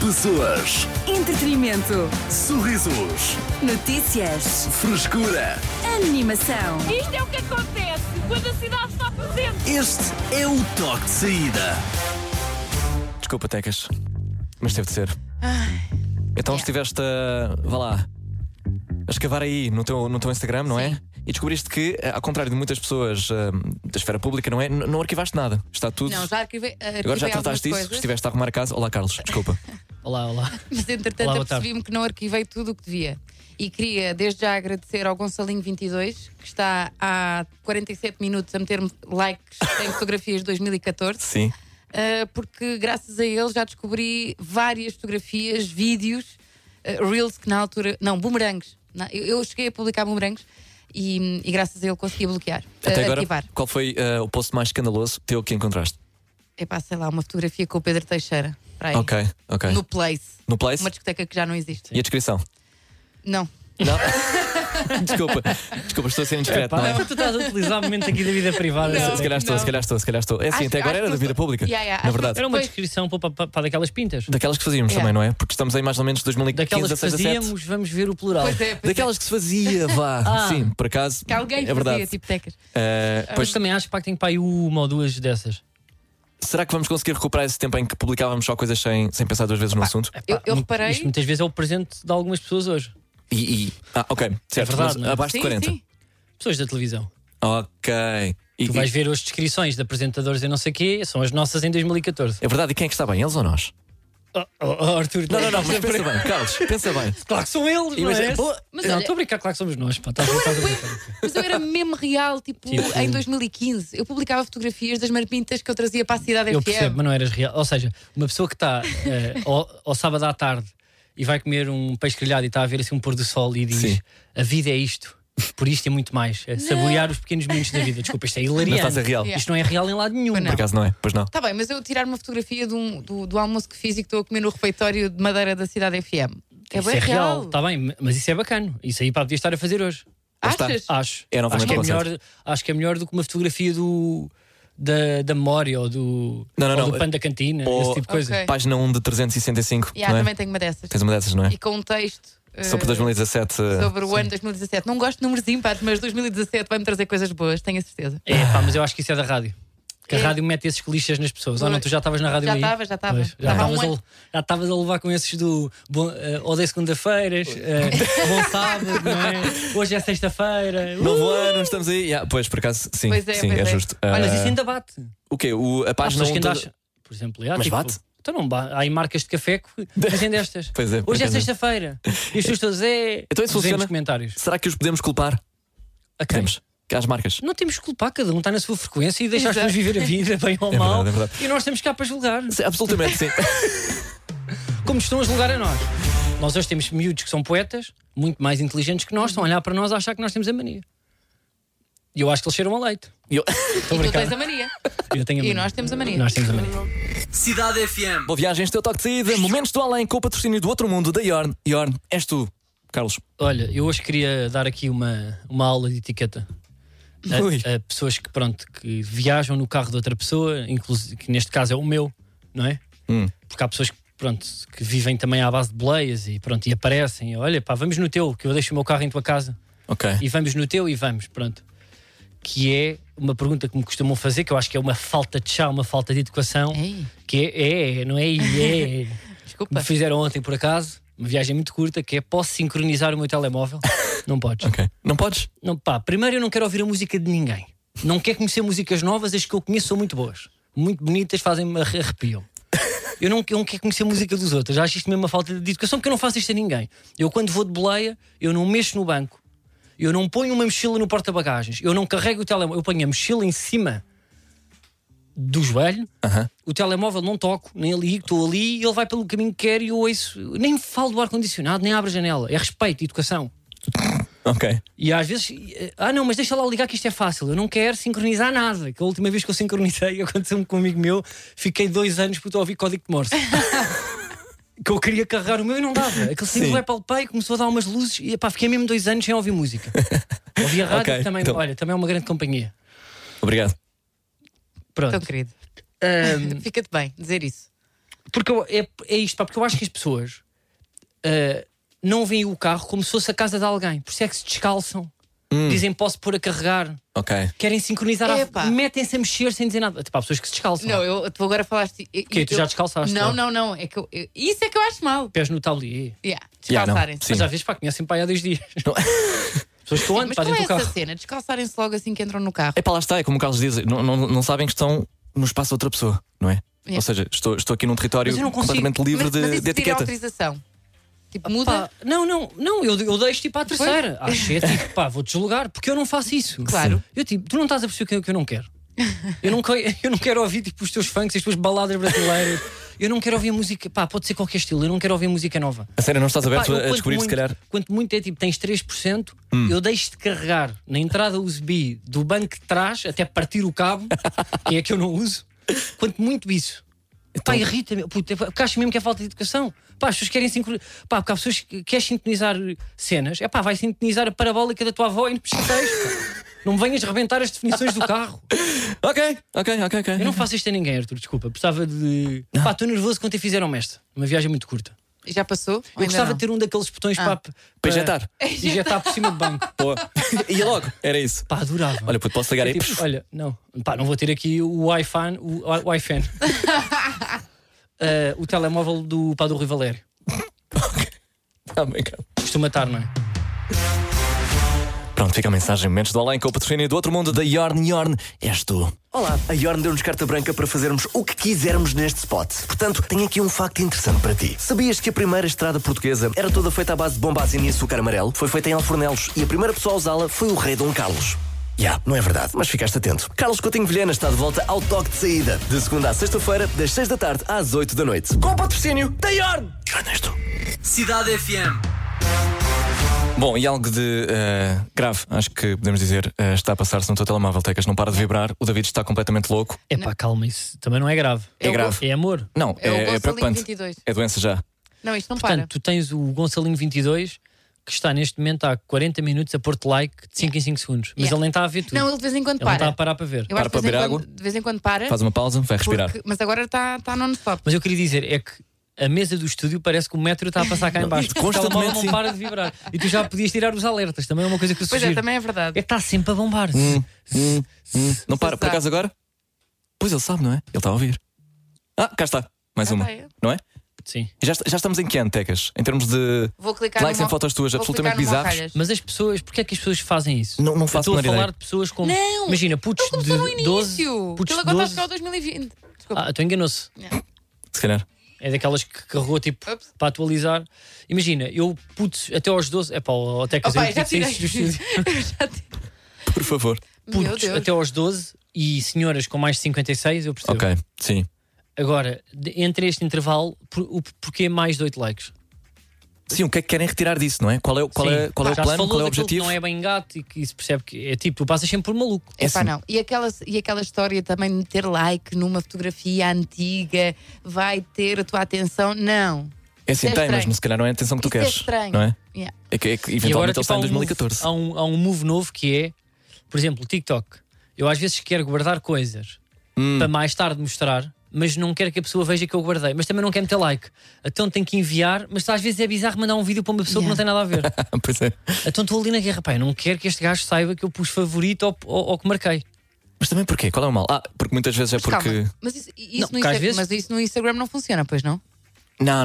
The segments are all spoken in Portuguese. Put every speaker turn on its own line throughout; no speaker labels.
Pessoas,
Entretenimento.
sorrisos,
Notícias.
frescura.
Animação.
Isto é o que acontece quando a cidade está presente.
Este é o toque de saída.
Desculpa, Tecas, mas teve de ser. Então estiveste a. vá lá. a escavar aí no teu, no teu Instagram, não é? E descobriste que, eh, ao contrário de muitas pessoas eh, da esfera pública, não é? N- Não arquivaste nada. Está tudo.
Não, já arquivei. arquivei
Agora já
algumas
trataste disso,
coisas,
estiveste a arrumar a casa. Olá, Carlos, desculpa.
Olá, olá.
Mas
Olá,
entretanto
boa tarde.
apercebi-me que não arquivei tudo o que devia. E queria desde já agradecer ao Gonçalinho22, que está há 47 minutos a meter-me likes em fotografias de 2014.
Sim.
Uh, porque graças a ele já descobri várias fotografias, vídeos, uh, reels que na altura. Não, boomerangs. Na- eu, eu cheguei a publicar boomerangs e, e graças a ele consegui bloquear,
Até
uh,
agora,
arquivar.
qual foi eh, o post mais escandaloso teu que encontraste?
Epá, É sei lá, uma fotografia com o Pedro Teixeira. para aí.
Ok, ok.
No
No,
Place.
Place?
Uma discoteca que já não existe.
E a descrição?
Não.
Não? desculpa, desculpa, estou a ser indiscreto, não é?
tu estás a utilizar o momento aqui da vida privada.
Não.
Se calhar estou, se calhar estou, se calhar estou. É assim,
Acho-
até agora
acho
era
que
da vida
eu-
pública.
Yeah, yeah,
na
acho que
verdade.
Era uma
Pois.
descrição para, para, para daquelas pintas.
Daquelas que fazíamos
Yeah.
também, não é? Porque estamos aí mais ou menos 2015,
Daquelas que
16, 17.
fazíamos, vamos ver o plural.
Pois é, pois é.
Daquelas que se fazia, vá.
Ah.
Sim, por acaso.
Que alguém
é verdade.
fazia tipo ah. tecas.
Eh,
Pois
pois,
também acho pá, que tem para aí uma ou duas dessas.
será que vamos conseguir recuperar esse tempo em que publicávamos só coisas sem, sem pensar duas vezes
Ah,
no assunto?
Epá,
Eu- eu
mu-
reparei-
Isto muitas vezes é o presente de algumas pessoas hoje.
E. e- ah, ok, certo.
verdade,
mas
não é?
abaixo de 40.
sim.
Pessoas da televisão.
Ok. E,
Tu vais
e-
ver as descrições de apresentadores e não sei o quê, são as nossas em 2014.
é verdade, e quem é que está bem? Eles ou nós?
Oh, oh, oh, Arthur,
Não, não, não, mas pensa bem, Carlos, pensa bem.
Claro que são eles,
Imagina-
não é?
Mas
não,
olha- um
estou a brincar, claro que somos nós. Pá, estás a brincar, estás a brincar.
Mas eu era mesmo real, tipo,
Tipo-
em 2015. Eu publicava fotografias das marmitas que é. eu trazia para a cidade
Eu
FM.
percebo, mas não eras real. Ou seja, uma pessoa que está eh, ao, ao sábado à tarde e vai comer um peixe grelhado e está a ver assim um pôr do sol e diz:
Sim.
A vida é isto, por isto e muito mais. É saborear os pequenos momentos da vida. Desculpa, isto é hilariante.
Não estás a real.
Isto não é real em lado nenhum.
Pois não.
Por acaso não é? Pois não.
Tá bem, mas eu tirar uma fotografia de um- do, do almoço que fiz e que estou a comer no refeitório de madeira da cidade FM. É
Isso
bem
é real, está bem, mas isso é bacana. Isso aí para podias estar a fazer hoje.
está.
Achas?
Acho.
É
acho,
novamente
que é
o conceito.
melhor, acho que é melhor do que uma fotografia do, da, da memória ou do,
Não, não,
ou
não.
do pano da cantina,
Ou-
esse tipo de coisa.
Ok.
Página 1 de 365.
Yeah,
não é?
Também tenho uma dessas.
Tens uma dessas, não é?
E com um texto. eh,
Sobre 2017. eh,
sobre o ano 2017. Não gosto de números ímpares, mas 2017 vai-me trazer coisas boas, tenho a certeza.
É, pá, mas eu acho que isso é da rádio. Que
É.
a rádio mete esses clichês nas pessoas. Ou não, tu já estavas na rádio
Já
aí?
estava, já estava.
Pois, Já
Estava há um
estavas a,
ano.
le- já estavas a levar com esses do bom, eh, odeio segunda-feiras, eh, bom sábado, não é? Hoje é sexta-feira. Uh!
Novo ano, estamos aí. Yeah, pois, por acaso, sim,
Pois é,
sim,
pois
é,
é.
justo.
Olha,
Ah,
isso ainda bate.
O quê? O, a
Há
página
pessoas que
1
ainda
toda-
acham. Por exemplo, há,
Mas
tipo,
bate?
Então não bate. Há aí marcas de café que dizem destas.
Pois é, por
Hoje é
acaso é.
sexta-feira. E as pessoas todas é.
Então isso
dizem
funciona?
nos comentários.
Será que os podemos culpar?
A quem?
Queremos. Às marcas.
Não temos que culpar, cada um está na sua frequência e deixar as pessoas viver a vida, bem ou
É
mal.
verdade, é verdade.
E nós temos cá para julgar.
Sim, absolutamente, sim.
como estão a julgar a nós. Nós hoje temos miúdos que são poetas, muito mais inteligentes que nós, estão a olhar para nós a achar que nós temos a mania. E eu acho que eles cheiram a leite.
E eu-
Estou
E
a
tu
brincar.
tens a Maria.
Eu tenho a
E
mania.
nós temos a Maria.
Nós temos a mania.
Cidade FM.
Boa viagem, este é o toque de saída. Momentos do além com o patrocínio do outro mundo, da Yorn. Yorn, és tu, Carlos.
Olha, eu hoje queria dar aqui uma, uma aula de etiqueta.
Ui.
A, a pessoas que, pronto, que viajam no carro de outra pessoa, inclusive, que neste caso é o meu, não é?
Hum.
Porque há pessoas que, pronto, que vivem também à base de boleias e, pronto, e aparecem. Olha, pá, vamos no teu, que eu deixo o meu carro em tua casa.
Ok.
e vamos no teu e vamos, pronto. Que é uma pergunta que me costumam fazer, que eu acho que é uma falta de chá, uma falta de educação,
Ei,
que é, é, não é, é.
desculpa.
me fizeram ontem por acaso, uma viagem muito curta, que é posso sincronizar o meu telemóvel? não podes.
Ok. Não podes?
Não, pá, primeiro eu não quero ouvir a música de ninguém. Não quero conhecer músicas novas, as que eu conheço são muito boas. Muito bonitas, fazem-me arre- arrepiam. Eu não, eu não quero conhecer a música dos outros. Acho isto mesmo uma falta de educação, porque eu não faço isto a ninguém. Eu, quando vou de boleia, eu não mexo no banco. Eu não ponho uma mochila no porta-bagagens. Eu não carrego o telemóvel. Eu ponho a mochila em cima do joelho. O telemóvel não toco, nem ali, estou ali, ele vai pelo caminho que quer e eu ouço. Nem falo do ar-condicionado, nem abro a janela. É respeito, educação.
Ok.
E às vezes, eh, ah não, mas deixa lá ligar que isto é fácil. Eu não quero sincronizar nada. Que a última vez que eu sincronizei aconteceu-me com um amigo meu, fiquei dois anos por ouvir código de Morse. que eu queria carregar o meu e não dava. Aquele símbolo é palpei, começou a dar umas luzes e pá, fiquei mesmo dois anos sem ouvir música. Ouvi a rádio,
Ok,
que também,
então.
olha, também é uma grande companhia.
Obrigado.
Tão
Pronto.
Então, querido.
Ahm,
Fica-te bem dizer isso.
Porque eu- é, é isto, pá, porque eu acho que as pessoas ah, não veem o carro como se fosse a casa de alguém. Por isso é que se descalçam.
Hum.
Dizem posso pôr a carregar.
Ok.
Querem sincronizar.
Epá.
A... Metem-se a mexer sem dizer nada. Tipo, há pessoas que se descalçam.
Não, eu, tu agora falaste. eu-
Quê? Tu já
eu-
descalçaste,
Não,
não é?
não, não. É que eu- eu- isso é que eu acho mal.
Pés no tablier.
Yeah,
Yeah, não.
descalçarem-se.
Sim.
Mas às vezes, pá, conhecem pai há dois dias.
Não-
Pessoas que onde?
Mas
Pá,
qual
dentro
é
do
essa
carro.
cena? Descalçarem-se logo assim que entram no carro.
É para lá está, é como o Carlos diz, não, não, não sabem que estão no espaço de outra pessoa, não é?
É.
Ou seja, estou, estou aqui num território
Mas eu não consigo.
completamente livre
mas,
de,
mas isso
de
pedir
etiqueta.
autorização. Tipo,
Pá,
muda.
não, não, não, eu, eu deixo tipo à terceira. Às sete, tipo, pá, vou deslogar, porque eu não faço isso.
Claro. Sim.
Eu tipo, tu não estás a perceber o que eu- o que eu não quero. Eu não, que- eu não quero ouvir tipo, os teus funks, as tuas baladas brasileiras. Eu não quero ouvir música, pá, pode ser qualquer estilo, eu não quero ouvir música nova.
A sério, não estás
Pá,
aberto
eu
a- a
quanto
descobrir, se
muito-
calhar. Hum.
Quanto muito é tipo, tens 3%, eu deixo de carregar na entrada USB do banco de trás até partir o cabo, que é que eu não uso. Quanto muito isso.
Então-
Pá, irrita-me. Puta, Porque acho mesmo que é falta de educação. Pá, as pessoas querem sincronizar. Pá, porque há pessoas que querem sintonizar cenas. É pá, vai sintonizar a parabólica da tua avó e no pá. Não me venhas rebentar as definições do carro.
Ok, ok, ok, ok.
Eu não faço isto a ninguém, Arthur, desculpa. Precisava de. Pá, estou nervoso quando te fizeram esta. Uma viagem muito curta.
Já passou? Ou
Eu
ainda
gostava
não?
de ter um daqueles botões para, para
Para injetar.
Injetar por cima do banco.
Boa. e logo, era isso.
Pá, adorava.
Olha, puto, posso ligar aí?
É tipo, olha, não, pá, não vou ter aqui o iPhone, o, o iPhone. Ah, o telemóvel do pá do Rui Valério.
Ah, bem, calma.
Costuma estar, não é?
Pronto, fica a mensagem. Momentos do Além com o patrocínio do outro mundo da Yorn Yorn. És tu.
Olá, a Yorn deu-nos carta branca para fazermos o que quisermos neste spot. Portanto, tenho aqui um facto interessante para ti. Sabias que a primeira estrada portuguesa era toda feita à base de bombazina e açúcar amarelo? Foi feita em Alfornelos e a primeira pessoa a usá-la foi o rei Dom Carlos. Já, não é verdade, mas ficaste atento. Carlos Coutinho Vilhena está de volta ao toque de saída. De segunda à sexta-feira, das seis da tarde às oito da noite. Com o patrocínio da é Yorn! Ernesto.
Cidade FM.
Bom, e algo de eh, grave, acho que podemos dizer, eh, está a passar-se no teu telemóvel, Tecas. Não para de vibrar. O David está completamente louco.
É pá, calma, isso também não é grave.
É É o grave.
É amor.
Não, é,
É o
é
Gonçalinho
preocupante.
22.
É doença já.
Não, isto não
Portanto,
para.
tu tens o Gonçalinho 22 que está neste momento há 40 minutos a pôr-te like de 5 em 5 segundos. Mas
Yeah.
ele nem está a ver tudo.
Não, ele de vez em quando
Ele nem está
para.
a parar para ver.
Eu
Para
acho que de
para
vez em
beber
quando- de vez em quando para.
Faz uma pausa, vai respirar.
porque- mas agora está tá non-stop.
Mas eu queria dizer é que a mesa do estúdio parece que o metro está a passar cá em baixo.
isto constantemente,
O telemóvel
sim.
não para de vibrar. E tu já podias tirar os alertas, também é uma coisa que eu
Pois
sugiro.
é, também é verdade.
É que está sempre a bombar.
Hum, Não para, por
sabe.
acaso agora? Pois ele sabe, não é? Ele está a ouvir. Ah, cá está. Mais
Ah,
uma.
tá, é.
Não é?
Sim.
E Já, est- já estamos em que ano, Tecas? Em termos de
Vou clicar
likes
no
em fotos tuas
vou
absolutamente
clicar no
bizarros.
Mocalhas.
Mas as pessoas, porque é que as pessoas fazem isso?
Não- não
Eu
faço
Estou a
menor
falar
ideia.
de pessoas como.
Não!
Imagina, putos
Ele começou no
de 12.
início.
Putos
Ele
de
agora está a
12.
chegar ao 2020. Desculpa.
Ah, então enganou-se.
se calhar.
É daquelas que carregou tipo
Ups.
para atualizar. Imagina, eu putos até aos 12. É pá, até que
Opa,
eu
já
tive
tirei.
que sair do estúdio.
Já tirei.
Por favor.
Meu
Ah, Putos
Deus.
até aos 12 e senhoras com mais de 56, eu percebo.
Ok, sim.
Agora, de- entre este intervalo, por, o porquê mais de 8 likes?
Sim, o que é que querem retirar disso, não é? Qual é, o- qual
Sim.
é, qual é o
Já se
plano,
falou
qual é o
daquilo que
objetivo?
Não é bem gato e que se percebe que é tipo, tu passas sempre por maluco.
Epá,
assim.
não. E aquela, e aquela história também de meter like numa fotografia antiga vai ter a tua atenção? Não.
É
Isso
assim,
é
tem, mas
estranho.
se calhar não é a atenção que tu
Isso é
queres.
estranho.
Não é?
Yeah.
É que, é que
E
eventualmente
agora,
ele
tipo,
está
há,
em
um move,
2014.
há, um, há um move novo que é, por exemplo, o TikTok. Eu às vezes quero guardar coisas
Hum.
para mais tarde mostrar, mas não quero que a pessoa veja que eu guardei. Mas também não quero meter like. Então tenho que enviar, mas às vezes é bizarro mandar um vídeo para uma pessoa
Yeah.
que não tem nada a ver.
pois é.
então estou ali na guerra, pá, eu não quero que este gajo saiba que eu pus favorito ou, ou- ou que marquei.
Mas também porquê? Qual é o mal? Ah, porque muitas vezes é
Mas calma.
porque.
Mas isso, isso
Não,
no
porque às
Insta-
vezes-
mas isso no Instagram não funciona, pois não?
Não,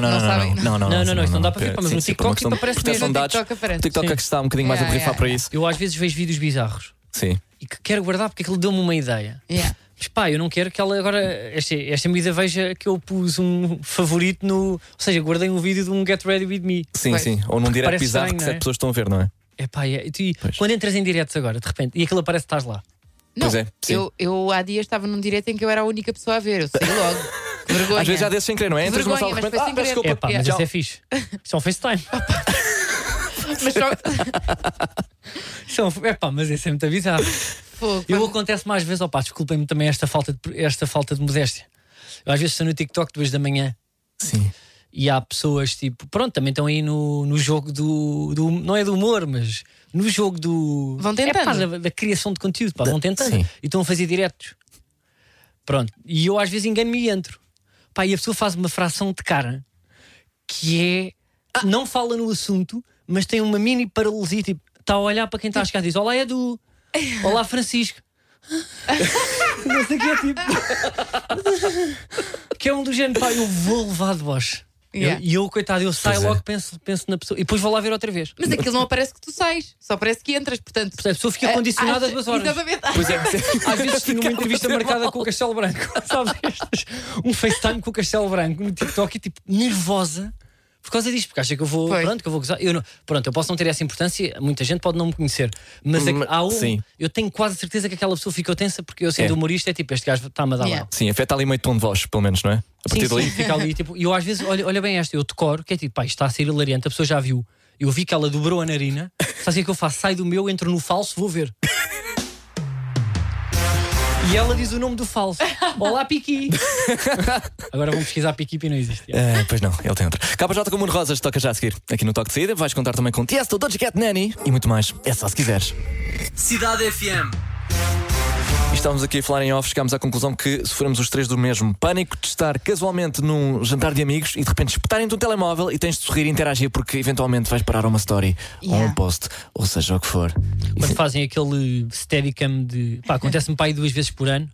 Não
não, não, não,
sabem.
não, assim, não, não,
não,
sim,
não, isto não dá para ver, pá, mas
Sim,
no
sim, por uma
TikTok tipo,
questão de
aparece
proteção
mesmo.
de
No
dados.
TikTok aparece.
O TikTok é que está um bocadinho mais a
Yeah,
borrifar
yeah.
para isso.
Eu às vezes vejo vídeos bizarros
Sim.
e que quero guardar porque aquilo deu-me uma ideia.
Yeah.
Mas pá, eu não quero que ela agora, esta, esta medida, veja que eu pus um favorito no. Ou seja, guardei um vídeo de um Get Ready With Me.
Sim,
Pois.
sim. Ou num direct
parece
bizarro
estranho,
que
não
sete
é?
pessoas estão a ver, não é?
É pá, e tu, e
Pois.
quando entras em diretos agora, de repente, e aquilo aparece, estás lá.
Não,
Pois é, sim.
eu, eu há dias estava num direto em que eu era a única pessoa a ver, eu saí logo. Que vergonha.
Às vezes já desses sem querer, não é? Entras numa sala
Vergonha,
de
mas
repente.
foi assim sem
Ah, peço
querer.
desculpa.
É pá, mas
Yeah.
isso é fixe. Isso é um FaceTime.
Mas só-
Isso é um- é pá, mas isso é muito bizarro.
Fogo,
Eu
quando-
acontece mais vezes, ó pá, desculpem-me também esta falta, de, esta falta de modéstia. Eu às vezes estou no TikTok duas da manhã
Sim.
e há pessoas tipo, pronto, também estão aí no, no jogo do, do- Não é do humor, mas no jogo do.
Vão tentando.
É pá, da, da criação de conteúdo, pá, vão tentando.
sim.
E estão a fazer diretos. Pronto. E eu às vezes engano-me e entro. Pá, e a pessoa faz uma fração de cara que é.
Ah.
Não fala no assunto, mas tem uma mini paralisia. Tipo, está a olhar para quem
Tipo,
está a chegar e diz: Olá, Edu. Olá, Francisco. não sei o que é tipo. que é um do género, pá, eu vou levar de boche. Eu-
Yeah.
E eu, coitado, eu saio
Pois é.
logo, penso, penso na pessoa e depois vou lá ver outra vez.
Mas aquilo não aparece que tu sais, só parece que entras, portanto.
Portanto, a pessoa fica condicionada
acha-
às duas horas.
Exatamente.
Pois é,
Às vezes tenho uma entrevista marcada com o Castelo Branco, sabes? Estas? Um FaceTime com o Castelo Branco no TikTok e tipo, nervosa por causa disto, porque acha que eu vou,
Pois.
pronto, que eu vou gozar. Eu não, pronto, eu posso não ter essa importância, muita gente pode não me conhecer, mas é que
Mas-
há um,
sim.
eu tenho quase certeza que aquela pessoa ficou tensa, porque eu sendo
É.
humorista é tipo, este gajo está-me a dar
Yeah.
lá.
Sim, afeta ali meio tom de voz, pelo menos, não é? A
Sim,
partir dali.
sim, fica ali tipo, e eu às vezes, olha, olha bem esta, eu decoro, que é tipo, pá, isto está a ser hilariante, a pessoa já viu. Eu vi que ela dobrou a narina, sabe o que é que eu faço? Saio do meu, entro no falso, vou ver. E ela diz o nome do falso. Olá, Piqui! Agora vamos pesquisar Piqui e não existe.
Ah, pois não, ele tem outra. KJ com o Mundo Rosas, toca já a seguir. Aqui no Toque de Saída vais contar também com Tiesto, Dodge Cat Nanny e muito mais. É só se quiseres.
Cidade FM.
E Estávamos aqui a falar em off, chegámos à conclusão que se formos os três do mesmo pânico de estar casualmente num jantar de amigos e de repente espetarem-te um telemóvel e tens de sorrir e interagir porque eventualmente vais parar a uma story ou um
Yeah.
post, ou seja o que for.
Quando fazem aquele steadicam de. Pá, acontece-me pai duas vezes por ano.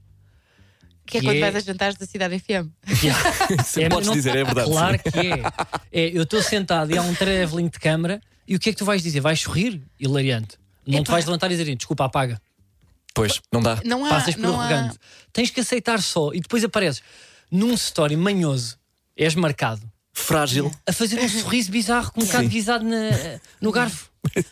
Que é
Que
quando
é-
vais a jantares da cidade FM.
Sim, podes
não-
dizer, é verdade.
Claro
sim.
que é. É, Eu estou sentado e há um travelling de câmara e o que é que tu vais dizer? Vais sorrir? Hilariante. Não te vais levantar e dizer, desculpa, apaga.
Pois, não dá.
Não há.
Passas por
Ah,
um
não há-
arrogante. Tens que aceitar só e depois apareces num story manhoso, és marcado,
Frágil.
a fazer um sorriso bizarro com um bocado guisado na- no garfo.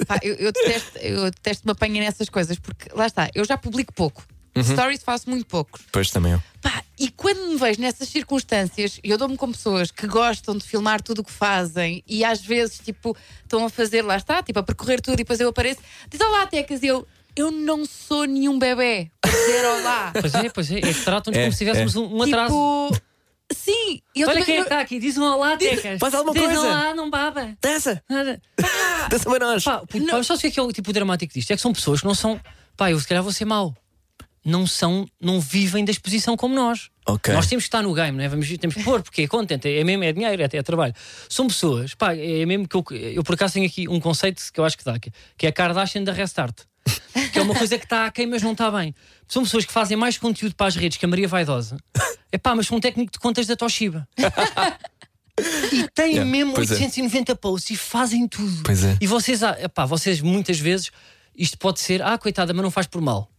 Pá, eu, eu detesto, eu detesto me apanhar nessas coisas, porque lá está, eu já publico pouco.
Uhum.
Stories faço muito poucos.
Pois também eu.
Pá, e quando me vejo nessas circunstâncias, eu dou-me com pessoas que gostam de filmar tudo o que fazem e às vezes, tipo, estão a fazer, lá está, tipo, a percorrer tudo e depois eu apareço, diz olá, Tecas, e eu, eu não sou nenhum bebê. para Dizer olá.
Pois é, pois é. É que tratam-nos
É,
como se tivéssemos
é.
um, um atraso.
Tipo, sim, eu
Olha
também-
quem é
eu-
que está aqui, diz um olá, Tecas.
Faz alguma
diz
coisa.
um olá, não baba.
Dessa!
Nada.
Dessa bem nós!
Pá, puto, pá, sabes o que é que é o tipo dramático disto? É que são pessoas que não são. Pá, eu se calhar vou ser mau. Não são, não vivem da exposição como nós.
Ok.
Nós temos que estar no game, não é? Vamos, temos que pôr, porque é content, é mesmo, é dinheiro, é, é trabalho. São pessoas, pá, é mesmo que eu, eu por acaso tenho aqui um conceito que eu acho que dá, que, que é a Kardashian da Restart. Que é uma coisa que está aquém, mas não está bem. São pessoas que fazem mais conteúdo para as redes que a Maria Vaidosa. É pá, mas são um técnico de contas da Toshiba. E têm
Yeah,
mesmo
pois é.
890 posts e fazem tudo.
Pois é.
E vocês, ah, epá, vocês muitas vezes, isto pode ser, ah, coitada, mas não faz por mal.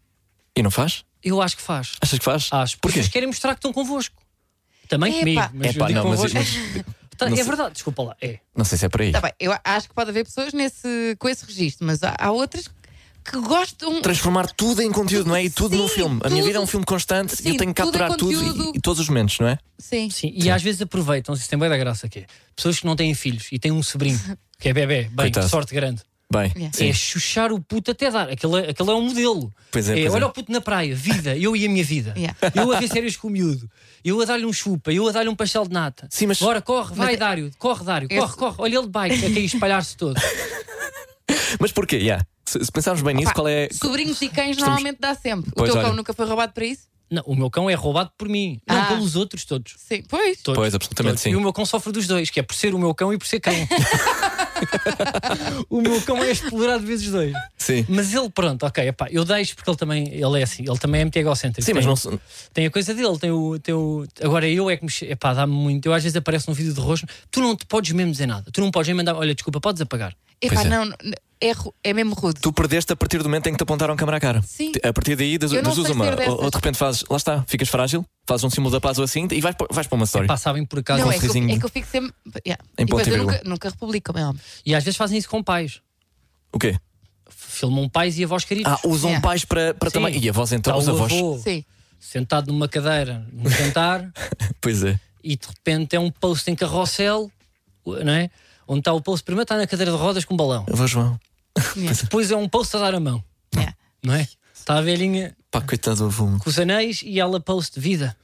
E não faz?
Eu acho que faz.
Achas que faz?
Acho. Porque
Porquê?
eles querem mostrar que estão convosco. Também
Epá.
comigo, mas
Epá,
eu digo
não, mas-
convosco.
mas-
Tá,
não
é
sei.
verdade, desculpa lá. É.
Não sei se é por aí.
Tá bem, eu acho que pode haver pessoas nesse, com esse registro, mas há, há outras que gostam.
Transformar tudo em conteúdo, não é? E tudo
Sim,
num filme. A minha
tudo.
vida é um filme constante e eu
Sim,
tenho que
tudo é
capturar tudo, e-
conteúdo.
e, todos os momentos, não é?
Sim.
Sim, e às vezes aproveitam, isso tem bem da graça que é. Pessoas que não têm filhos e têm um sobrinho, que é bebê, bem,
Coitado.
sorte grande.
Bem,
Yeah.
sim.
É chuchar o puto até dar. Aquele, aquele é um modelo.
Pois é, pois
olha
é.
o puto na praia, vida, eu e a minha vida.
Yeah.
Eu a ver séries com o miúdo. Eu a dar-lhe um chupa, eu a dar-lhe um pastel de nata.
Sim, mas- é-
Bora, corre, vai, Dário, corre, Dário,
Esse-
corre, corre. Olha ele de bike, a cair espalhar-se todo.
Mas porquê? Yeah. Se, se pensarmos bem nisso,
Pá,
qual é.
Sobrinhos e cães normalmente dá sempre.
Pois,
o teu
olha.
cão nunca foi roubado para isso?
Não, o meu cão é roubado por mim, não
Ah.
pelos outros todos.
Sim, pois.
Todos.
Pois, absolutamente
Todos. E o
sim.
meu cão sofre dos dois, que é por ser o meu cão e por ser cão. o meu cão é explorado vezes dois.
Sim.
Mas ele, pronto, ok, epá, eu deixo porque ele também ele é assim, ele também é muito egocêntrico.
Sim, mas
Tem-
não. se-
Tem a coisa dele, tem o. Tem o agora eu é que me. che- Epá, dá-me muito. Eu às vezes apareço num vídeo de rosto, tu não te podes mesmo dizer nada. Tu não podes mesmo mandar. Olha, desculpa, podes apagar.
Epá,
é.
não, não, é, ru- é mesmo rude.
Tu perdeste a partir do momento em que te apontaram a câmara à cara.
Sim.
A partir daí, das,
Eu não
das
sei
duas uma.
ser dessas.
Ou, ou de repente fazes. Lá está, ficas frágil, fazes um símbolo da paz ou assim e vais, pa- vais para uma story.
Pá, sabem por acaso.
Não,
um
é que, eu,
sorrisinho.
é que eu fico sempre. Yeah.
Em
E
ponto
depois
e
eu
vírgula.
nunca, nunca republico, como é óbvio.
E às vezes fazem isso com pais.
O quê?
Filmam pais e avós queridos.
Ah, usam
Yeah.
pais para, para
Sim.
também. E avós então,
Tá
os
o
avós.
avô
Sim.
sentado numa cadeira, num jantar,
Pois é.
e de repente é um post em carrossel, não é? Onde está o post? Primeiro está na cadeira de rodas com um balão.
Avô João.
Depois é um post a dar a mão,
Yeah.
não é? Está a velhinha
Pá, coitado do avô.
com os anéis e ela post vida.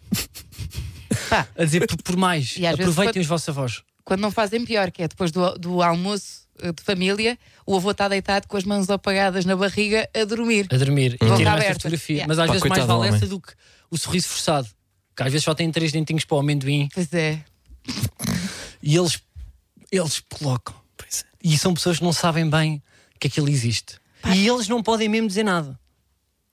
Pá,
A dizer por, por mais.
E às vezes
Aproveitem
quando-
os vossos avós.
quando não fazem pior, que é depois do, do almoço eh, de família, o avô está deitado com as mãos apagadas na barriga a dormir.
a dormir e
Boca
tiram essa
Uhum. aberta.
fotografia.
Yeah.
Mas às
Pá,
vezes mais
coitado do
vale essa
homem.
do que o sorriso forçado. que às vezes só têm três dentinhos para o amendoim
Pois é.
e eles, eles colocam.
é.
E são pessoas que não sabem bem que aquilo existe. E eles não podem mesmo dizer nada.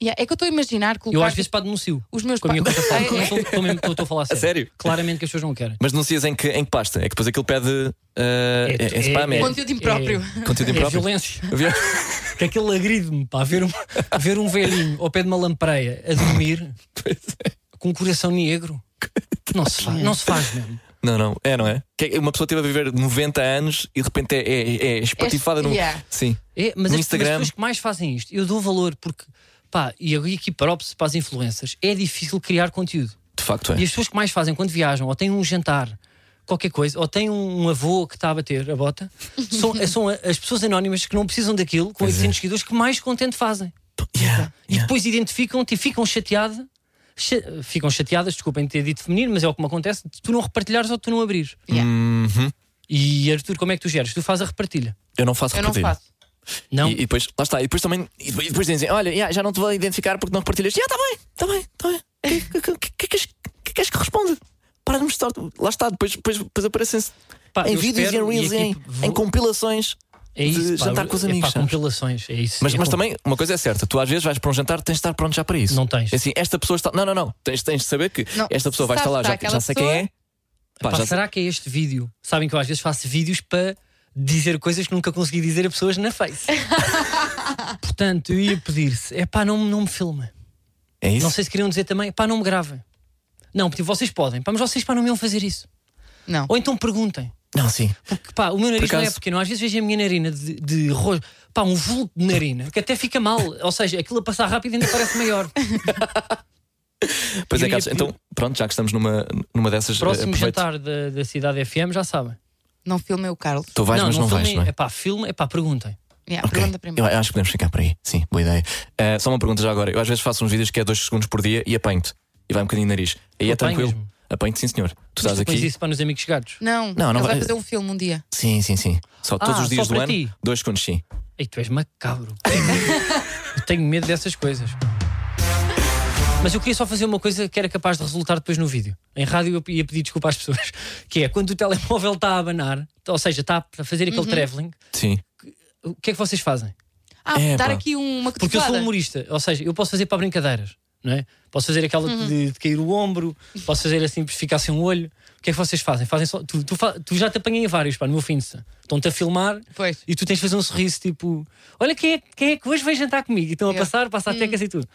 Yeah, é que eu estou a imaginar colocar.
Eu às vezes pá denuncio.
Os meus
com a minha
pa-
conta falsa.
Ah, é?
Estou- Estou mesmo- estou- estou a falar sério.
sério?
Claramente que as pessoas não querem.
Mas denuncias em que, em que pasta? É que depois aquilo pede. uh, é, é
é-
spam, é,
Conteúdo impróprio.
conteúdo
É
impróprio.
violência.
Viol-
Que aquilo agride-me, pá, ver um, ver um velhinho ao pé de uma lampreia a dormir
é.
com um coração negro. Não se
é?
faz, não se faz mesmo.
Não, não, é, não é? Que é- Uma pessoa teve a viver 90 anos e de repente é, é, é espatifada
Este-
num.
yeah.
Sim.
É,
No
mas as- mas as
Instagram.
pessoas que mais fazem isto, eu dou valor porque, pá, e aqui props para as influencers, é difícil criar conteúdo.
De facto é.
E as pessoas que mais fazem quando viajam, ou têm um jantar, qualquer coisa, ou têm um, um avô que está a bater a bota, são, são a- as pessoas anónimas que não precisam daquilo, com 800 seguidores, que mais contente fazem.
Yeah,
E
é. yeah.
depois identificam-te e ficam chateada. cha- Ficam chateadas, desculpem ter dito feminino, mas é o que me acontece: de tu não repartilhares ou tu não abrires.
Yeah.
Uhum.
E Arthur, como é que tu geres? Tu fazes a repartilha.
Eu não faço
Eu não
repartir.
faço.
Não,
E, e depois, lá está, e depois também, e depois, e depois dizem: Olha, yeah, já não te vou identificar porque não repartilhas. Já, está bem, está bem, está bem. O que, que, que, que, queres- que queres que responda? Para de mostrar. Lá está, depois, depois, depois aparecem-se
Pá,
em
eu
vídeos e em
espero,
reels,
e
e
aqui
em,
vou-
em compilações.
é
de
isso. pá,
jantar com os
é
amigos,
Pá,
sabes?
compilações, é isso.
Mas,
É
mas
com-
também, uma coisa é certa: tu às vezes vais para um jantar, tens de estar pronto já para isso.
Não tens.
É assim, esta pessoa está. Não, não, não. Tens, tens de saber que
Não,
esta pessoa vai estar
sabes,
lá,
está
já,
aquela
já sei quem
pessoa-
é. Pá,
Pá,
já-
será que é este vídeo? Sabem que eu às vezes faço vídeos para dizer coisas que nunca consegui dizer a pessoas na face. Portanto, eu ia pedir-se: é pá, não, me- não me filma.
É isso?
Não sei se queriam dizer também: pá, não me gravem. Não, tipo, vocês podem, pá, mas vocês pá, não me iam fazer isso.
Não.
Ou então perguntem.
Não, sim.
Porque pá, o meu nariz
Por
não é
acaso-
pequeno. Às vezes vejo a minha narina de, de rojo. Pá, um vulto de narina que até fica mal. Ou seja, aquilo a passar rápido ainda parece maior.
Pois é,
Eu ia
Carlos.
pedir-
Então, pronto, já que estamos numa, numa dessas. eh,
Próximo
aproveito.
jantar da, da cidade FM, já sabem.
Não filmei o Carlos.
Tu vais, mas não vais,
filmem.
não é?
É pá, filme, é pá, perguntem.
Yeah,
Ok.
Pergunta
Eu
primeiro.
acho que podemos ficar por aí. Sim, boa ideia. Eh, só uma pergunta já agora. Eu às vezes faço uns vídeos que é 2 segundos por dia e apanho-te. E vai um bocadinho de nariz. Aí é
Tu apanhas-me?
tranquilo. Apanho-te, sim, senhor. Tu
Mas
estás
tu pões
aqui.
isso para nos amigos chegados.
Não,
Não, não
ele vai
vai-
fazer um filme um dia.
Sim, sim, sim. Só todos
Ah,
os dias
só
do
para
ano,
ti?
2 segundos, sim.
Ei, tu és macabro. eu tenho medo dessas coisas. Mas eu queria só fazer uma coisa que era capaz de resultar depois no vídeo. Em rádio eu ia pedir desculpa às pessoas, que é quando o telemóvel está a abanar, ou seja, está a fazer aquele travelling,
Sim.
o que é que vocês fazem?
Ah,
É,
dar
pá.
aqui uma
Porque eu sou
cotovelada.
um
humorista, ou seja, eu posso fazer para brincadeiras, não é? Posso fazer aquela de, de cair o ombro, posso fazer assim, ficar sem um olho. O que é que vocês fazem? fazem só, tu, tu fa- tu já te apanhei em vários, pá, no meu fim de semana. Estão-te a filmar
Pois.
e tu tens de fazer um sorriso tipo: Olha, quem é, quem é que hoje vai jantar comigo? E estão a
Eu.
passar, passa a tecas e tudo.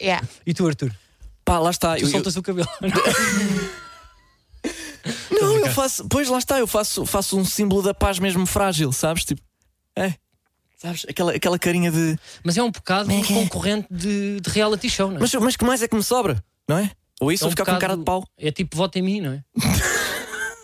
Yeah.
E tu, Arthur,
Pá, lá está.
tu
eu, eu-
soltas o cabelo.
Não, eu faço. Pois lá está, eu faço, faço um símbolo da paz mesmo frágil, sabes? Tipo. É. Sabes? Aquela, aquela carinha de.
Mas é um bocado um concorrente de, de reality show, não é?
Mas, mas que mais é que me sobra? Não é? Ou isso
é um
ou ficar com cara de
bocado-
pau?
É tipo, vota em mim, não é?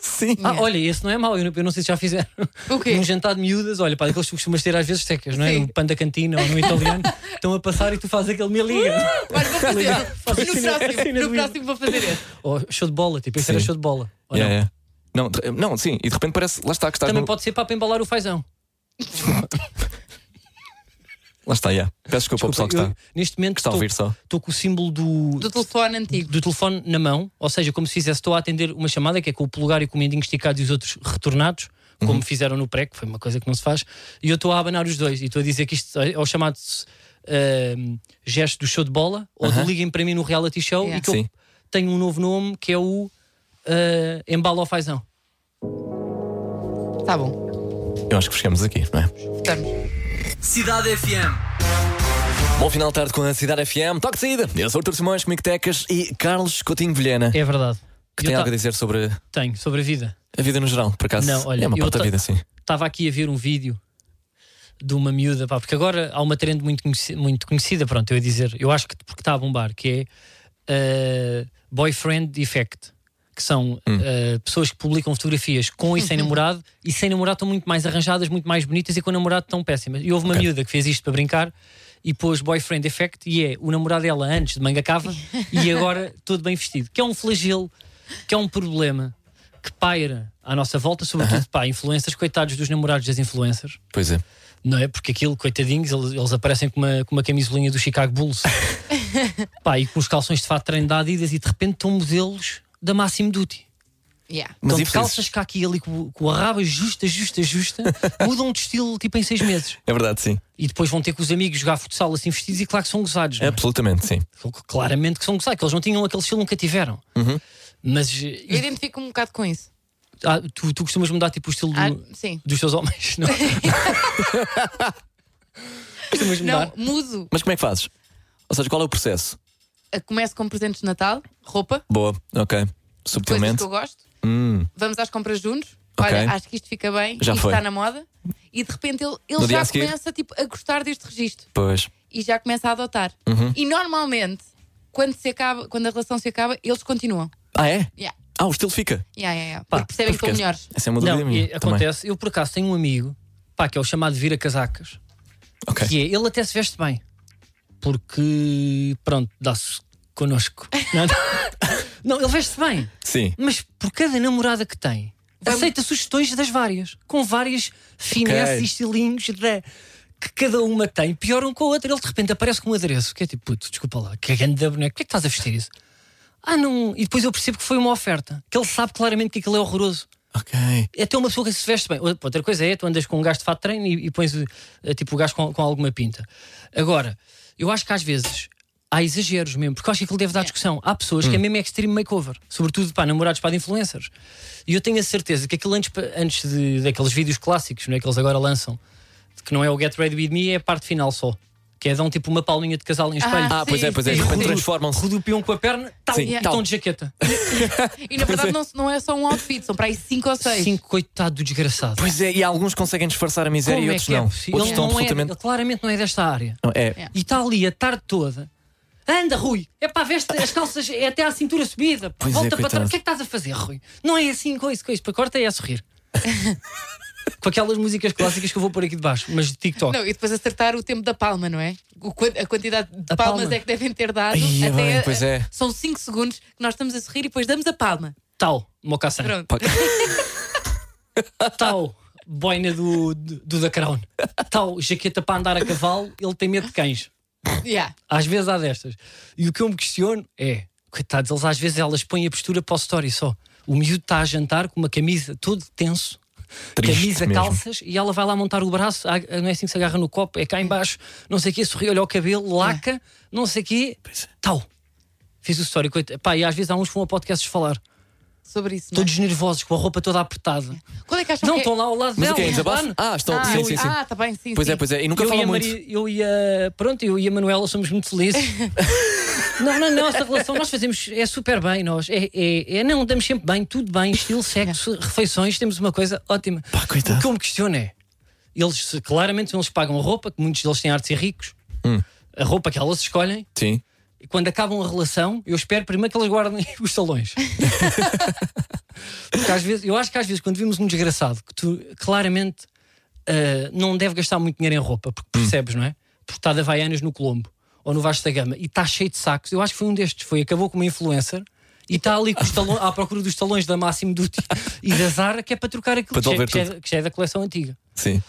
Sim.
Ah, olha, esse não é mau, eu não, eu não sei se já fizeram.
O quê?
Num jantar de miúdas, olha, pá, aqueles que costumas ter às vezes secas, não é?
Sim.
No pão da cantina ou no italiano, estão a passar e tu fazes aquele melinha.
Olha, vou fazer.
Faz
no
assim,
próximo,
assim,
no
é.
assim.
próximo vou fazer esse.
ou show de bola, tipo, isso era
Sim.
show de bola. ou
Yeah, Tá
não?
yeah. É, Não, de- não, sim, e de repente parece. Lá está que estás.
Também
no-
pode ser pá, para embalar o fazão.
Lá está, yeah. Peço desculpa ao pessoal que
Eu,
está.
Neste momento
que está a ouvir só.
estou com o símbolo do,
Do telefone antigo.
do telefone na mão, ou seja, como se fizesse, estou a atender uma chamada que é com o polegar e com o mindinho esticado e os outros retornados, como
Uhum.
fizeram no pré, que foi uma coisa que não se faz, e eu estou a abanar os dois e estou a dizer que isto é o chamado ahm, gesto do show de bola ou do liguem para mim no reality show
Yeah.
e que
Uhum. Sim.
eu tenho um novo nome que é o ah, embalo ao fazão.
Tá bom.
Eu acho que chegamos aqui, não é?
Estamos.
Cidade FM.
Bom final de tarde com a Cidade FM. Toque de saída. Eu sou Artur Simões, comigo Tecas e Carlos Coutinho Vilhena,
É verdade.
que
Eu
tem
ta-
algo a dizer sobre a
tenho, sobre a vida.
vida no geral, por acaso.
Não, olha,
é uma
eu
parte da
ta-
vida, sim.
Estava aqui a ver um vídeo de uma miúda, pá, porque agora há uma trend muito conhecida, muito conhecida, pronto, eu ia dizer, eu acho que porque está a bombar, que é uh, Boyfriend Effect, que são uh, pessoas que publicam fotografias com e sem namorado, e sem namorado estão muito mais arranjadas, muito mais bonitas, e com namorado estão péssimas. E houve uma miúda que fez isto para brincar e pôs Boyfriend Effect, e é o namorado dela antes de manga cava e agora todo bem vestido, que é um flagelo, que é um problema que paira à nossa volta, sobretudo pá, influencers, coitados dos namorados das influencers,
Pois é.
não é? Porque aquilo, coitadinhos, eles, eles aparecem com uma, com uma camisolinha do Chicago Bulls Pá, e com os calções de fato de treino da Adidas e de repente estão modelos da Máximo Duty.
Yeah.
Mas
Então,
e
de
precisos?
calças cá aqui e ali com, com a raba justa, justa, justa, mudam de estilo tipo em seis meses.
É verdade, sim.
E depois vão ter com os amigos jogar futsal assim vestidos e claro que são gozados. não é?
Absolutamente, sim.
Claramente que são gozados, que eles não tinham aquele estilo, nunca tiveram.
Uhum.
Mas eh,
Eu identifico-me um bocado com isso.
ah, tu, tu costumas mudar tipo o estilo do-
Ah, sim.
dos teus homens, não? é? costumas mudar?
Não, mudo.
Mas como é que fazes? Ou seja, qual é o processo?
Uh, Começo com presentes de Natal, roupa,
Boa, ok.
coisas
Subtilmente.
que eu gosto.
Hum,
Vamos às compras juntos.
Ok.
Olha, acho que isto fica bem,
Já
isto
foi.
está na moda. E de repente ele, ele
No dia a
já
seguir.
começa tipo, a gostar deste registro
pois.
e já começa a adotar.
Uhum.
E normalmente, quando, se acaba, quando a relação se acaba, eles continuam.
Ah, é?
Yeah.
Ah, o estilo fica.
Yeah, yeah, yeah.
Pá,
Porque percebem que são
Porque
melhores.
Essa é uma dúvida
Não,
minha.
e acontece. Eu por acaso tenho um amigo, pá, que é o chamado Vira Casacas,
Também. Ok.
que é, ele até se veste bem, porque, pronto, dá-se connosco. Não, é? não, ele veste bem,
Sim.
mas por cada namorada que tem, aceita sugestões das várias, com várias finesses
Ok.
e estilinhos da- que cada uma tem, pior um com a outra. Ele de repente aparece com um adereço, que é tipo, puto, desculpa lá, que grande da boneca, que é que estás a vestir isso? Ah, não. E depois eu percebo que foi uma oferta, que ele sabe claramente que aquilo é horroroso.
Ok.
É até uma pessoa que se veste bem. Ou- Outra coisa é, tu andas com um gajo de fato de treino e, e pões eh, tipo o gajo com, com alguma pinta. Agora, eu acho que às vezes há exageros mesmo, porque eu acho que aquilo deve dar discussão. Há pessoas que é mesmo extreme makeover, sobretudo para namorados para influencers. E eu tenho a certeza que aquilo antes, pa- antes de, daqueles vídeos clássicos não é, que eles agora lançam, que não é o Get Ready With Me, é a parte final só. Que é dão tipo uma palminha de casal em espelho.
Ah, pois é, pois é. De
sim,
repente
sim.
transformam-se.
Rodopiam com a perna, tal,
Sim,
e
tal.
estão de jaqueta.
E na verdade não, não é só um outfit, são para aí 5 ou 6.
Cinco, coitado do desgraçado.
Pois é, e alguns conseguem disfarçar a miséria
Como
e
é
outros
que é
não.
possível?
Outros
Ele
estão
não é-
absolutamente.
ele claramente não é desta área.
Não, É,
É.
E está ali a tarde toda. Anda, Rui! É pá, veste as calças é até à cintura subida. pá.
Pois é,
Volta para
coitado.
trás. O que é que estás a fazer, Rui? Não é assim, coisa, coisa. Para corta é a sorrir. Com aquelas músicas clássicas que eu vou pôr aqui debaixo, mas de TikTok.
Não, e depois acertar o tempo da palma, não é? O quan- a quantidade de
A
palmas
palma.
é que devem ter dado.
Ai, é
até
bem,
a-
pois é.
São 5 segundos que nós estamos a sorrir e depois damos a palma.
Tal, Mocassan.
Pronto.
Pá,
Tal, boina do, do, do da Crown. Tal, jaqueta para andar a cavalo. Ele tem medo de cães.
Yeah.
Às vezes há destas. E o que eu me questiono é: coitados, eles às vezes elas põem a postura para o story só. O miúdo está a jantar com uma camisa todo tenso,
Triste
camisa,
mesmo.
calças, e ela vai lá montar o braço, ah, não é assim que se agarra no copo, é cá embaixo, não sei o quê, sorri, olha o
É.
cabelo, laca, não sei o quê, tal. Fiz o story, coitado. Pá, e às vezes há uns que vão a podcasts falar,
Sobre isso. não é?
todos nervosos, com a roupa toda apertada.
Quando é que acham
Não,
que é-
estão lá ao lado
Mas o
dela.
que é? Em
um
desabafo?
plano.
Ah, estão.
Ah,
sim, sim, sim.
Ah, tá bem, sim.
Pois
sim.
é, pois é. E nunca
eu e,
falam
a
muito.
Maria, eu e a. Pronto, eu e a Manuela somos muito felizes. não, não, não, essa relação nós fazemos é super bem, nós. É, é, é- não, damos sempre bem, tudo bem, estilo, sexo, refeições, temos uma coisa ótima.
Pá, coitado.
O que eu me questiono é: eles se- claramente eles pagam a roupa, que muitos deles têm arte de ser ricos,
Hum.
a roupa que elas escolhem.
Sim.
E quando acabam a relação, eu espero primeiro que elas guardem os talões. Porque às vezes, eu acho que às vezes, quando vimos um desgraçado que tu claramente ah, não deve gastar muito dinheiro em roupa, porque
Hum.
percebes, não é? Porque está de Havaianas no Colombo ou no Vasco da Gama e está cheio de sacos, eu acho que foi um destes. Foi, acabou com uma influencer. E está ali com os talões, à procura dos talões da Máximo Duty e da Zara, que é para trocar
Para
aquilo que já,
devolver
que já é-
tudo.
que já é da coleção antiga.
Sim.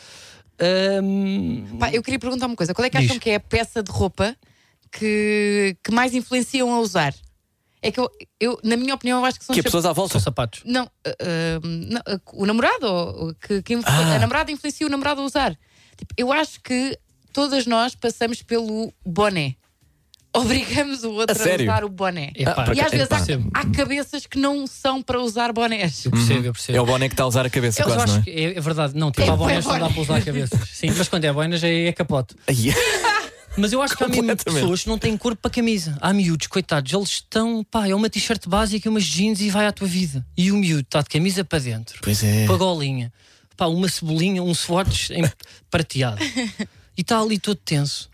Ahm,
Pá, eu queria perguntar uma coisa: qual é que
Diz.
acham que é a peça de roupa que, que mais influenciam a usar? É que eu, eu, na minha opinião, eu acho que são
Que há
os
pessoas à volta.
são sapatos.
Não, ah, ah, não, ah, o namorado, ou- que, que influ-
Ah.
a namorada influencia o namorado a usar. Tipo, eu acho que todas nós passamos pelo boné. Obrigamos o outro
A
a,
sério?
usar o boné.
Epá,
por
e às
acaso-
vezes há,
percebo.
Uhum.
há cabeças que não são para usar bonés.
Eu percebo, eu percebo.
É o boné que está a usar a cabeça,
Eu
Mas eu
quase, não
acho
é?
que é, é verdade, não,
É
tipo, há boinas
bué
não dá
boina.
para usar cabeças. Sim, mas quando é boinas é, é capote.
Ai, é.
Mas eu acho que há mesmo
Completamente.
pessoas que não têm corpo para camisa. Há miúdos, coitados, eles estão, pá, é uma t-shirt básica, umas jeans e vai à tua vida. E o miúdo está de camisa para dentro,
Pois é.
para a golinha, pá, uma cebolinha, um swatch em prateado. E está ali todo tenso.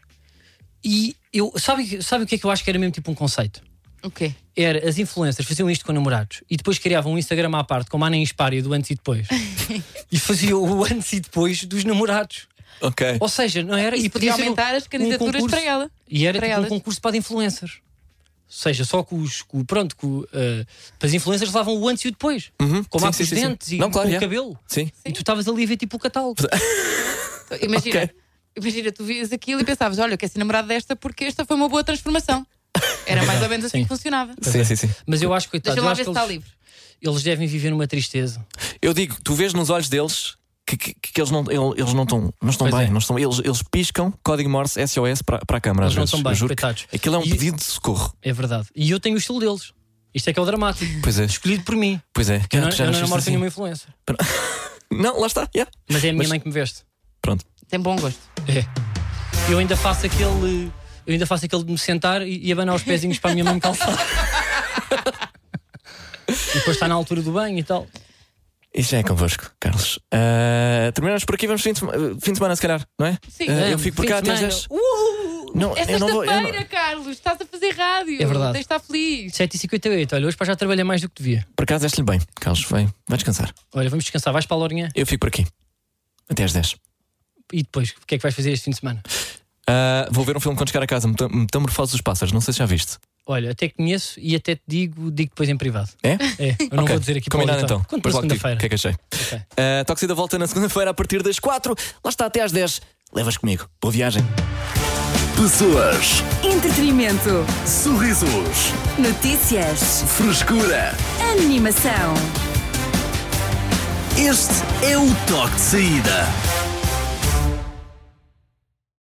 E eu, sabe, sabe o que é que eu acho que era mesmo tipo um conceito?
O quê?
era as influencers faziam isto com namorados e depois criavam um Instagram à parte, como a Ana Inspária do antes e depois. e faziam o antes e depois dos namorados.
Ok.
Ou seja, não era.
Isso
e
podia
podia ser um-
aumentar as candidaturas
concurso-
para ela.
E era
Para
tipo, um
elas.
concurso para de influencers. Ou seja, só com os. com- pronto, com, ah, para as influencers levavam o antes e o depois. Como
Uhum. Sim,
há com
sim,
os
sim, sim.
dentes e
Não, claro,
com
é.
o cabelo.
Sim.
E tu estavas ali a ver tipo o catálogo.
Imagina,
Ok.
Então, imagina, tu vias aquilo e pensavas: olha, eu quero ser namorado desta porque esta foi uma boa transformação. Era mais ou menos assim
Sim.
que funcionava.
Sim, sim, sim.
Mas eu acho, coitado,
Deixa
eu
lá
acho
ver se
que
está
eles,
livre.
eles devem viver numa tristeza.
Eu digo, tu vês nos olhos deles que, que, que eles não estão eles não estão não estão
Pois
bem,
é.
não estão, eles, eles piscam código Morse SOS para, para a câmara.
Eles
às
não
vezes.
estão bem,
Eu juro que
coitados.
Aquilo é um
E-
pedido de socorro.
É verdade. E eu tenho o estilo deles. Isto é que é o dramático.
Pois é,
Escolhido por mim.
pois é.
Eu
Ah,
não,
tu já
eu não
nasceste
namoro
assim.
nenhuma influencer.
Não, lá está, yeah.
Mas é a minha
Mas-
mãe que me veste.
Pronto.
Tem bom gosto.
É. Eu ainda faço aquele. Eu ainda faço aquele de me sentar e, e abanar os pezinhos para a minha mãe me calçar. e depois está na altura do banho e tal.
Isso já é convosco, Carlos. Ah, terminamos por aqui, vamos fim de, sema- fim de semana, se calhar, não é?
Sim.
Ah, eu
Vamos,
fico por
fim
cá
de
até às
semana.
10.
Uh!
Não,
é
eu não vou. eu não-
sexta-feira, Carlos! Estás a fazer rádio!
É
Tens
verdade.
de estar feliz!
7h58, olha, hoje para já trabalhar mais do que devia.
por acaso deste-lhe bem, Carlos, vai, vai descansar.
Olha, vamos descansar, vais para a Lourinha
Eu fico por aqui. Até às 10.
e depois, o que é que vais fazer este fim de semana?
Ah, vou ver um filme quando chegar a casa, Metam- Metamorfose dos Pássaros, não sei se já viste.
Olha, até conheço e até te digo, digo depois em privado.
É?
É, eu não
Ok,
vou dizer aqui para o
Combinado
auditório.
então.
Quando
Depois
para
logo digo
segunda-feira.
O que é que achei?
Ok.
Uh, Toxida volta na segunda-feira a partir das 4. Lá está até às 10. Levas comigo. Boa viagem.
Pessoas,
Entretenimento.
sorrisos,
Notícias.
frescura.
Animação.
Este é o toque de saída.